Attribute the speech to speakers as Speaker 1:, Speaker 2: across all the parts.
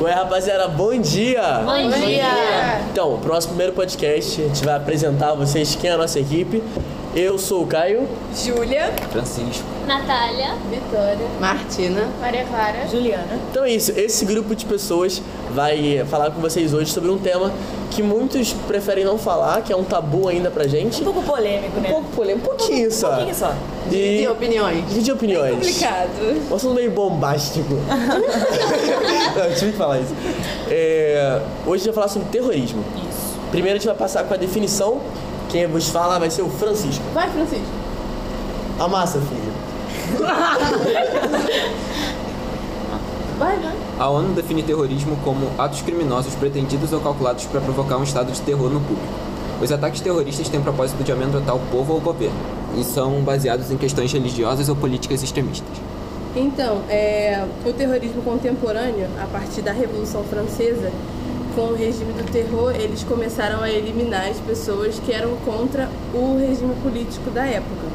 Speaker 1: Ué, é, rapaziada, bom dia!
Speaker 2: Bom dia!
Speaker 1: Então, o próximo primeiro podcast, a gente vai apresentar a vocês quem é a nossa equipe. Eu sou o Caio.
Speaker 3: Júlia,
Speaker 4: Francisco.
Speaker 2: Natália,
Speaker 5: Vitória,
Speaker 3: Martina,
Speaker 5: Maria Clara,
Speaker 3: Juliana.
Speaker 1: Então é isso, esse grupo de pessoas vai falar com vocês hoje sobre um tema que muitos preferem não falar, que é um tabu ainda pra gente.
Speaker 3: Um pouco polêmico,
Speaker 1: Um
Speaker 3: né?
Speaker 1: pouco polêmico, um pouquinho só.
Speaker 3: Um pouquinho só.
Speaker 1: E
Speaker 5: opiniões.
Speaker 1: dividir
Speaker 6: É
Speaker 1: opiniões.
Speaker 3: Complicado.
Speaker 1: Um assunto meio bombástico. não, eu tive que falar isso. É, hoje a gente vai falar sobre terrorismo.
Speaker 3: Isso.
Speaker 1: Primeiro a gente vai passar com a definição. Quem vos fala vai ser o Francisco.
Speaker 5: Vai, Francisco.
Speaker 1: Amassa, filho.
Speaker 5: Vai, vai.
Speaker 4: A ONU define terrorismo como atos criminosos pretendidos ou calculados para provocar um estado de terror no público. Os ataques terroristas têm o propósito de amedrontar o povo ou o governo e são baseados em questões religiosas ou políticas extremistas.
Speaker 5: Então, é, o terrorismo contemporâneo, a partir da Revolução Francesa, com o regime do terror, eles começaram a eliminar as pessoas que eram contra o regime político da época.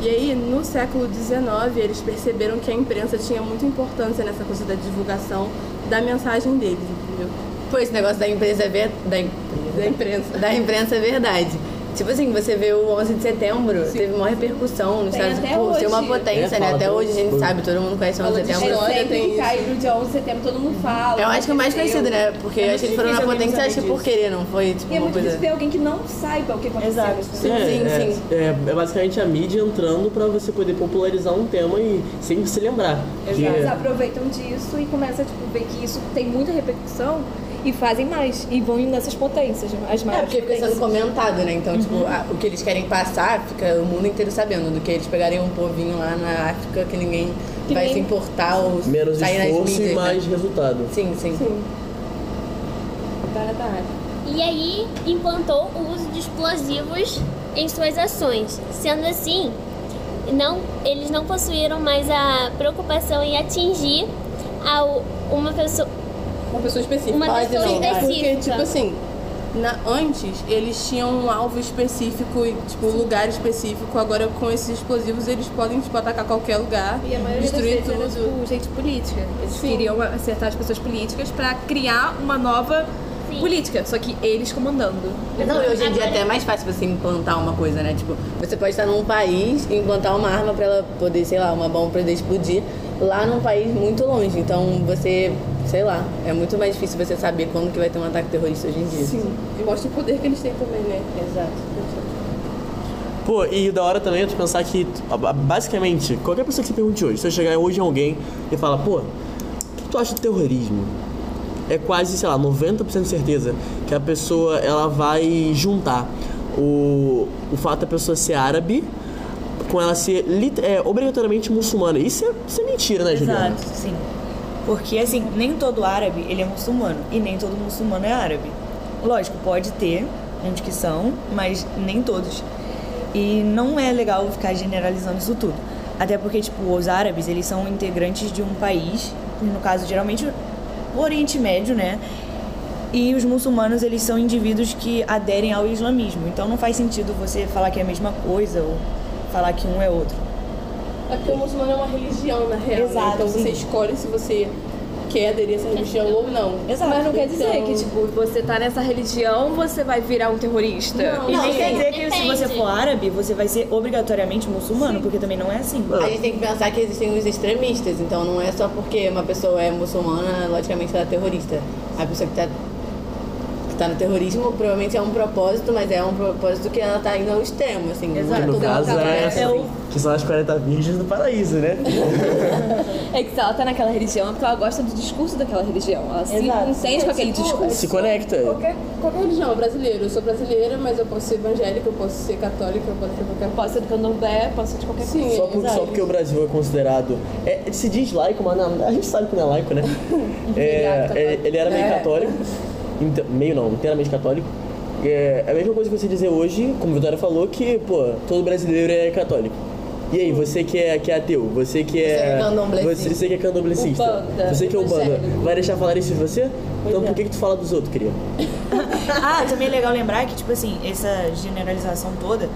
Speaker 5: E aí, no século XIX, eles perceberam que a imprensa tinha muita importância nessa coisa da divulgação da mensagem deles, entendeu?
Speaker 6: Pô, esse negócio da imprensa é ver... da, im-
Speaker 5: Da imprensa.
Speaker 6: da imprensa é verdade. Tipo assim, você vê o 11 de setembro, teve uma repercussão nos
Speaker 3: Tem
Speaker 6: Estados
Speaker 3: até
Speaker 6: Unidos. Pô, ser uma
Speaker 3: hoje.
Speaker 6: potência,
Speaker 1: É,
Speaker 6: né?
Speaker 1: fala
Speaker 6: Até
Speaker 1: até
Speaker 6: hoje a gente
Speaker 1: hoje.
Speaker 6: sabe, todo mundo conhece o 11 de
Speaker 5: de
Speaker 6: setembro.
Speaker 5: história. tem isso.
Speaker 3: cai no dia 11 de setembro, todo mundo fala.
Speaker 6: É, Eu acho que é o mais
Speaker 3: aconteceu.
Speaker 6: conhecido, né? Porque
Speaker 3: É
Speaker 6: eu
Speaker 3: muito
Speaker 6: acho que eles foram na
Speaker 3: difícil alguém
Speaker 6: potência, acho que
Speaker 3: saber
Speaker 6: por
Speaker 3: disso.
Speaker 6: querer, não foi tipo
Speaker 3: E é
Speaker 6: uma
Speaker 3: muito difícil
Speaker 6: coisa.
Speaker 3: ter alguém que não saiba o que aconteceu.
Speaker 6: Exato.
Speaker 3: Sim.
Speaker 1: é,
Speaker 6: sim,
Speaker 1: é,
Speaker 6: sim.
Speaker 1: É, é basicamente a mídia entrando pra você poder popularizar um tema e sem se lembrar.
Speaker 3: Exato. Eles
Speaker 6: É.
Speaker 1: Que- é
Speaker 3: aproveitam disso e começam tipo, a ver que isso tem muita repercussão e fazem mais. E vão indo nessas potências, as
Speaker 6: É,
Speaker 3: maiores
Speaker 6: porque fica
Speaker 3: potências.
Speaker 6: sendo comentado, né? Então,
Speaker 3: Uhum.
Speaker 6: tipo, a- o que eles querem passar, fica o mundo inteiro sabendo. Do que eles pegarem um povinho lá na África que ninguém
Speaker 3: Que
Speaker 6: vai
Speaker 3: nem-
Speaker 6: se importar ou
Speaker 1: Menos
Speaker 6: sair nas
Speaker 1: esforço
Speaker 6: mídias.
Speaker 1: e
Speaker 6: né?
Speaker 1: mais resultado.
Speaker 6: Sim, sim.
Speaker 5: Sim. Para da área.
Speaker 2: e aí implantou o uso de explosivos em suas ações. Sendo assim, não, eles não possuíram mais a preocupação em atingir ao, uma pessoa.
Speaker 5: Uma pessoa específica.
Speaker 2: Uma Pode pessoa não, vai.
Speaker 5: Porque,
Speaker 2: específica.
Speaker 5: tipo assim, na- antes eles tinham um alvo específico, e, tipo, um lugar específico. Agora, com esses explosivos, eles podem, tipo, atacar qualquer lugar,
Speaker 3: E a maioria das
Speaker 5: destruir
Speaker 3: vezes era,
Speaker 5: tudo.
Speaker 3: tipo, gente política. Eles
Speaker 5: Sim.
Speaker 3: queriam acertar as pessoas políticas pra criar uma nova
Speaker 2: Sim.
Speaker 3: política. Só que eles comandando.
Speaker 6: Não, e hoje em dia até é mais fácil você implantar uma coisa, né? Tipo, você pode estar num país e implantar uma arma pra ela poder, sei lá, uma bomba poder explodir lá num país muito longe. Então você, sei lá, é muito mais difícil você saber quando que vai ter um ataque terrorista hoje em dia.
Speaker 5: Sim. E mostra o poder que eles têm também, né? Exato.
Speaker 1: Pô, e da hora também é tu pensar que, a- a- basicamente, qualquer pessoa que você pergunte hoje, se eu chegar hoje em alguém e falar, pô, o que tu acha do terrorismo? É quase, sei lá, 90% de certeza que a pessoa, ela vai juntar o, o fato da pessoa ser árabe com ela ser lit- é, obrigatoriamente muçulmana. Isso é, isso é mentira, né, Juliana?
Speaker 7: Exato, sim. Porque assim, nem todo árabe ele é muçulmano e nem todo muçulmano é árabe. Lógico, pode ter uns que são, mas nem todos. E não é legal ficar generalizando isso tudo. Até porque, tipo, os árabes, eles são integrantes de um país, no caso, geralmente o Oriente Médio, né? E os muçulmanos, eles são indivíduos que aderem ao islamismo. Então não faz sentido você falar que é a mesma coisa ou falar que um é outro.
Speaker 5: É porque o muçulmano é uma religião, na real. né?
Speaker 7: Exato,
Speaker 5: Então você
Speaker 7: sim.
Speaker 5: escolhe se você quer aderir a essa religião ou não.
Speaker 7: Exato.
Speaker 3: Mas não quer dizer
Speaker 5: Então-
Speaker 3: que, tipo, você tá nessa religião, você vai virar um terrorista.
Speaker 5: Não.
Speaker 7: E
Speaker 6: Não,
Speaker 7: nem quer
Speaker 6: sim.
Speaker 7: dizer que se
Speaker 2: Depende.
Speaker 7: você for árabe, você vai ser obrigatoriamente muçulmano, porque também não é assim.
Speaker 6: A gente tem que pensar que existem os extremistas, então não é só porque uma pessoa é muçulmana, logicamente ela é terrorista. A pessoa que tá, que tá no terrorismo provavelmente é um propósito, mas é um propósito que ela tá indo ao extremo, assim.
Speaker 1: Que no
Speaker 6: Então,
Speaker 1: caso é,
Speaker 6: é o-
Speaker 1: que são as 40 virgens do paraíso, né?
Speaker 3: É que se ela tá naquela religião, é porque ela gosta do discurso daquela religião. Ela se
Speaker 7: Exato.
Speaker 3: entende com aquele discurso.
Speaker 1: Se conecta.
Speaker 5: Qualquer, qualquer religião, brasileiro. Eu sou brasileira, mas eu posso ser evangélica, eu posso ser católica, eu posso é ser qualquer coisa.
Speaker 3: Pode ser do candomblé, pode ser de qualquer
Speaker 5: Sim,
Speaker 1: Só, por- só porque o Brasil é considerado. é, se diz laico, mas não- a gente sabe que não é laico, né? É, ele, ele era meio
Speaker 5: É.
Speaker 1: católico. inte- meio não, inteiramente católico. É é a mesma coisa que você dizer hoje, como a Vitória falou, que, pô, todo brasileiro é católico. E aí, você que é, que é ateu, você que
Speaker 6: Você que
Speaker 1: é.
Speaker 6: é candomblecista.
Speaker 1: Você, você que é candomblecista.
Speaker 5: Ubanda,
Speaker 1: você que é Ubanda.
Speaker 5: evangélico.
Speaker 1: Vai deixar falar isso de você? então por que, que tu fala dos outros, queria?
Speaker 7: Ah, também é legal lembrar que, tipo assim, essa generalização toda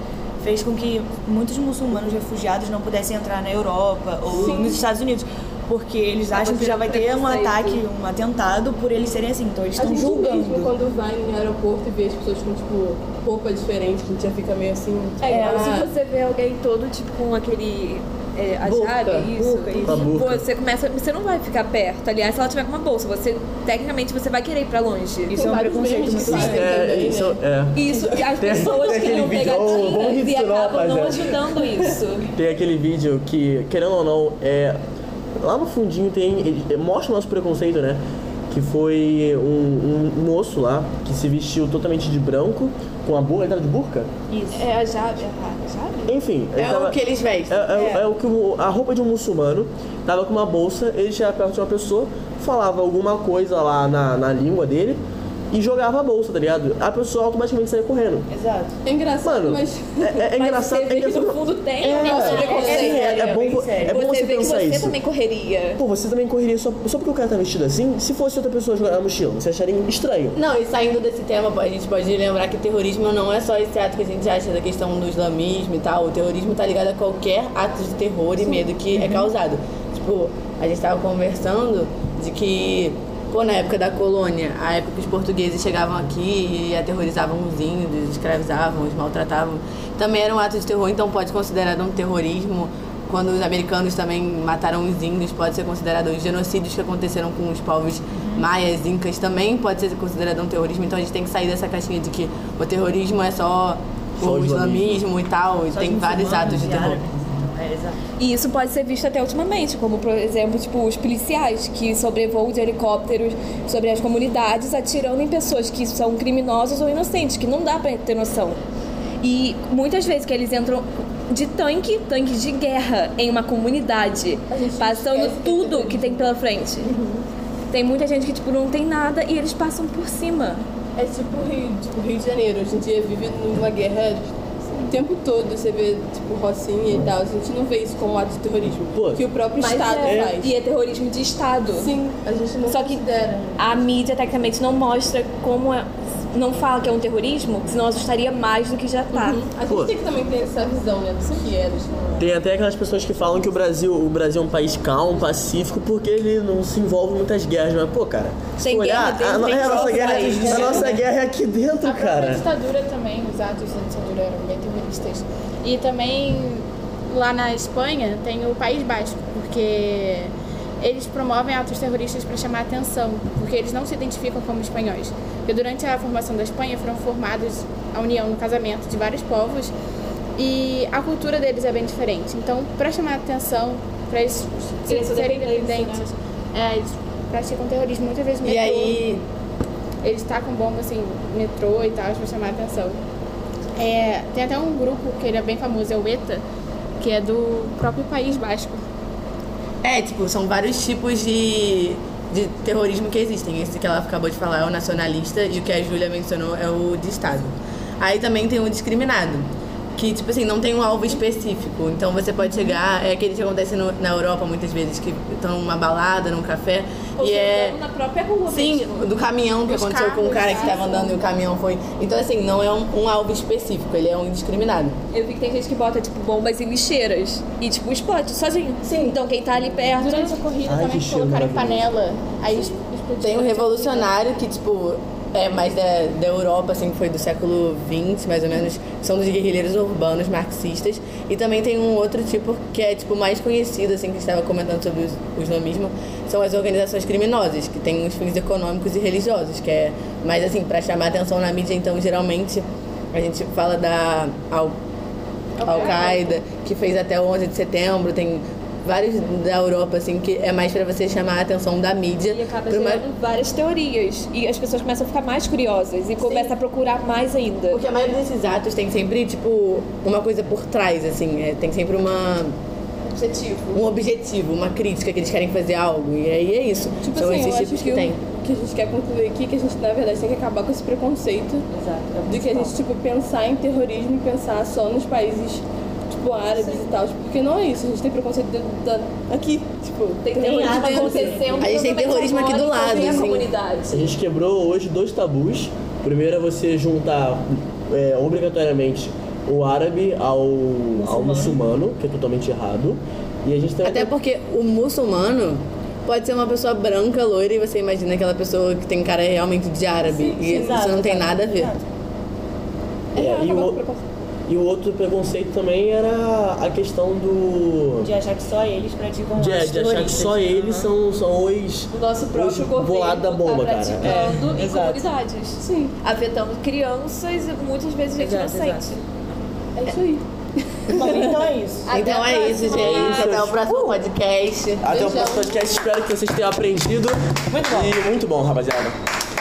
Speaker 7: fez com que muitos muçulmanos refugiados não pudessem entrar na Europa ou nos Estados Unidos. porque eles acham que já vai ter um
Speaker 5: preconceito.
Speaker 7: ataque, um atentado por eles serem assim. Então eles
Speaker 5: A
Speaker 7: estão
Speaker 5: gente mesmo
Speaker 7: julgando.
Speaker 5: quando vai no aeroporto e vê as pessoas com, tipo, roupa diferente, a gente já fica meio assim... tipo,
Speaker 3: É, igual
Speaker 5: ah,
Speaker 3: se você vê alguém todo, tipo, com aquele. É, a
Speaker 6: Burca,
Speaker 3: chave, isso.
Speaker 7: burca,
Speaker 1: isso. Uma Tipo burca.
Speaker 3: Você começa. Você não vai ficar perto. Aliás, se ela tiver com uma bolsa, você tecnicamente você vai querer ir pra longe.
Speaker 7: Isso é um
Speaker 5: vários
Speaker 7: preconceito
Speaker 5: memes
Speaker 7: muito
Speaker 5: que
Speaker 1: É,
Speaker 7: grande.
Speaker 5: fazem. também,
Speaker 1: isso
Speaker 5: né?
Speaker 1: é.
Speaker 3: Isso, e as
Speaker 1: Tem-
Speaker 3: pessoas
Speaker 1: tem aquele
Speaker 3: criam
Speaker 1: vídeo, "Oh, vamos
Speaker 3: pegadinhas e
Speaker 1: isso não,
Speaker 3: acabam não
Speaker 1: rapaziada."
Speaker 3: ajudando isso.
Speaker 1: Tem aquele vídeo que, querendo ou não, é. Lá no fundinho tem. ele- Mostra o nosso preconceito, né? Que foi um, um moço lá que se vestiu totalmente de branco, com a burca. Ele tava de burca?
Speaker 5: É a Jade. É a Jade?
Speaker 1: Enfim, ele
Speaker 6: É
Speaker 1: tava.
Speaker 6: o que eles
Speaker 1: É,
Speaker 6: vestem.
Speaker 1: é- é o que o- a roupa de um muçulmano tava com uma bolsa, ele chegava perto de uma pessoa, falava alguma coisa lá na, na língua dele e jogava a bolsa, tá ligado? A pessoa automaticamente saía correndo.
Speaker 7: Exato.
Speaker 5: É engraçado,
Speaker 1: Mano,
Speaker 5: mas...
Speaker 1: É, é- é engraçado.
Speaker 3: Você
Speaker 1: é
Speaker 3: vê que
Speaker 1: engraçado-
Speaker 3: no fundo né? tem
Speaker 1: É,
Speaker 3: esse
Speaker 1: é,
Speaker 3: preconceito.
Speaker 1: é, é
Speaker 7: é
Speaker 1: bom,
Speaker 7: bem sério.
Speaker 1: é bom
Speaker 3: você
Speaker 1: você
Speaker 3: vê que
Speaker 1: pensar
Speaker 3: você
Speaker 1: isso.
Speaker 3: também correria.
Speaker 1: Pô, você também correria só, só porque o cara tá vestido assim? Se fosse outra pessoa jogar na mochila, você acharia estranho.
Speaker 6: Não, e saindo desse tema, a gente pode lembrar que terrorismo não é só esse ato que a gente acha da questão do islamismo e tal. O terrorismo tá ligado a qualquer ato de terror e medo que é causado. Tipo, a gente tava conversando de que, pô, na época da colônia, a época que os portugueses chegavam aqui e aterrorizavam os índios, escravizavam, os maltratavam, também era um ato de terror, então pode considerado um terrorismo quando os americanos também mataram os índios, pode ser considerado os genocídios que aconteceram com os povos maias, incas, também pode ser considerado um terrorismo. Então a gente tem que sair dessa caixinha de que o terrorismo é só,
Speaker 1: Só
Speaker 6: o
Speaker 1: o
Speaker 6: islamismo e tal, e
Speaker 7: Só
Speaker 6: tem
Speaker 7: os
Speaker 6: vários
Speaker 7: muçulmanos
Speaker 6: atos de
Speaker 7: e
Speaker 6: terror.
Speaker 7: árabes. É, exato.
Speaker 3: E isso pode ser visto até ultimamente, como por exemplo, tipo, os policiais que sobrevoam de helicópteros sobre as comunidades, atirando em pessoas que são criminosos ou inocentes, que não dá pra ter noção. E muitas vezes que eles entram de tanque, tanque de guerra em uma comunidade,
Speaker 5: gente
Speaker 3: passando
Speaker 5: esquece que Uhum.
Speaker 3: tudo que tem pela frente. Tem muita gente que tipo não tem nada e eles passam por cima.
Speaker 5: É tipo o Rio, tipo, Rio de Janeiro. Hoje em dia vive numa guerra o tempo todo. Você vê, tipo, Rocinha e tal. A gente não vê isso como ato de terrorismo.
Speaker 1: Pô.
Speaker 5: que o próprio Estado
Speaker 3: é-
Speaker 5: faz.
Speaker 3: E é terrorismo de Estado.
Speaker 5: Sim, a gente não
Speaker 3: Só que
Speaker 5: considera.
Speaker 3: a mídia tecnicamente não mostra como é. Não fala que é um terrorismo, porque senão assustaria mais do que já tá.
Speaker 5: A gente
Speaker 1: Pô.
Speaker 5: tem que também ter essa visão, né? Do que é, do que
Speaker 1: Tem até aquelas pessoas que falam que o Brasil, o Brasil é um país calmo, pacífico, porque ele não se envolve em muitas guerras. Mas, pô, cara, se
Speaker 3: Tem
Speaker 1: tu olhar,
Speaker 3: guerra dentro,
Speaker 1: a, no-
Speaker 3: tem
Speaker 1: é, a nossa
Speaker 3: outro
Speaker 1: guerra,
Speaker 3: país,
Speaker 1: a
Speaker 3: né?
Speaker 1: nossa guerra é aqui dentro,
Speaker 8: A própria
Speaker 1: cara.
Speaker 8: ditadura também, os atos da ditadura eram bem terroristas. E também lá na Espanha tem o País Basco, porque eles promovem atos terroristas para chamar atenção, porque eles não se identificam como espanhóis. Porque durante a formação da Espanha foram formados a união no casamento de vários povos e a cultura deles é bem diferente. Então, para chamar atenção, para eles
Speaker 3: Eles são
Speaker 8: serem
Speaker 3: dependentes, né?
Speaker 8: independentes, é, eles praticam terrorismo muitas vezes no
Speaker 6: E
Speaker 7: É
Speaker 8: metrô.
Speaker 6: aí,
Speaker 8: Eles tacam bomba assim, no metrô e tal, pra chamar a atenção. É, tem até um grupo que ele é bem famoso, é o ETA, que é do próprio País Basco.
Speaker 6: é, tipo, são vários tipos de, de terrorismo que existem. Esse que ela acabou de falar é o nacionalista e o que a Júlia mencionou é o de Estado. Aí também tem o discriminado. que, tipo assim, não tem um alvo específico. Então você pode chegar, é aquele que acontece no- na Europa muitas vezes, que estão numa balada, num café, e é.
Speaker 3: na própria rua
Speaker 6: Sim, do caminhão que
Speaker 8: Dos
Speaker 6: aconteceu com o
Speaker 8: carros,
Speaker 6: cara que
Speaker 8: né?
Speaker 6: tava andando e o caminhão foi. Então, assim, não é um, um alvo específico, ele é um indiscriminado.
Speaker 3: Eu vi que tem gente que bota, tipo, bombas em lixeiras. E, tipo, explode sozinho. Sim. Então quem tá ali perto.
Speaker 8: Durante a corrida
Speaker 1: Ai, que
Speaker 8: também
Speaker 1: cheiro
Speaker 8: colocaram
Speaker 1: maravilhoso.
Speaker 8: panela, aí es- explodiu.
Speaker 6: Tem o revolucionário que, tipo, é mais da, da Europa, assim, que foi do século XX, mais ou menos, que são dos guerrilheiros urbanos marxistas. E também tem um outro tipo que é, tipo, mais conhecido, assim, que estava comentando sobre os- o islamismo, são as organizações criminosas, que têm os fins econômicos e religiosos, que é mais, assim, para chamar atenção na mídia. Então, geralmente, a gente fala da Al Al-Qaeda, que fez até o 11 de setembro, tem vários da Europa, assim, que é mais pra você chamar a atenção da mídia.
Speaker 3: E acaba
Speaker 6: pra uma-
Speaker 3: gerando várias teorias. E as pessoas começam a ficar mais curiosas e começam a procurar mais ainda.
Speaker 6: Porque a maioria desses atos tem sempre, tipo, uma coisa por trás, assim, é, tem sempre uma,
Speaker 5: objetivo.
Speaker 6: um objetivo, uma crítica que eles querem fazer algo, e aí é isso.
Speaker 5: Tipo
Speaker 6: São
Speaker 5: assim, eu
Speaker 6: esses
Speaker 5: acho
Speaker 6: tipos
Speaker 5: que,
Speaker 6: que,
Speaker 5: o
Speaker 6: tem.
Speaker 5: que a gente quer concluir aqui, é que a gente, na verdade, tem que acabar com esse preconceito
Speaker 6: Exato. é
Speaker 5: do que a gente, tipo, pensar em terrorismo e pensar só nos países, tipo, árabes e tal. tipo, Porque não é isso, a gente tem preconceito da- da- aqui, tipo,
Speaker 3: Tem terrorismo
Speaker 5: tem-
Speaker 3: acontecendo.
Speaker 6: A gente tem terrorismo aqui do lado,
Speaker 3: Tem a
Speaker 6: assim.
Speaker 1: A
Speaker 3: comunidade.
Speaker 1: gente quebrou hoje dois tabus. Primeiro é você juntar é, obrigatoriamente o árabe ao ao muçulmano. que é totalmente errado. E a gente tem
Speaker 6: Até porque o muçulmano pode ser uma pessoa branca, loira, e você imagina aquela pessoa que tem cara realmente de árabe. e isso não tem nada a ver.
Speaker 3: Ah,
Speaker 1: É,
Speaker 3: tá
Speaker 1: e, o, e o outro preconceito também era a questão do.
Speaker 7: De achar que só eles praticam
Speaker 1: De, é,
Speaker 7: atos
Speaker 1: de achar que
Speaker 7: terroristas.
Speaker 1: só eles
Speaker 7: Aham.
Speaker 1: são, são os.
Speaker 3: O nosso próprio
Speaker 1: os
Speaker 3: governo
Speaker 1: bolado da bomba,
Speaker 3: tá
Speaker 1: cara.
Speaker 3: praticando
Speaker 1: É,
Speaker 3: em
Speaker 1: exato.
Speaker 3: comunidades. Sim. Afetando crianças e muitas vezes gente
Speaker 7: Exato,
Speaker 3: inocente.
Speaker 9: É isso aí.
Speaker 7: Bom, então é isso.
Speaker 6: Então é isso, gente. Uh! Até o próximo podcast.
Speaker 1: Até o próximo podcast. Espero que vocês tenham aprendido. Muito bom. E muito bom, rapaziada.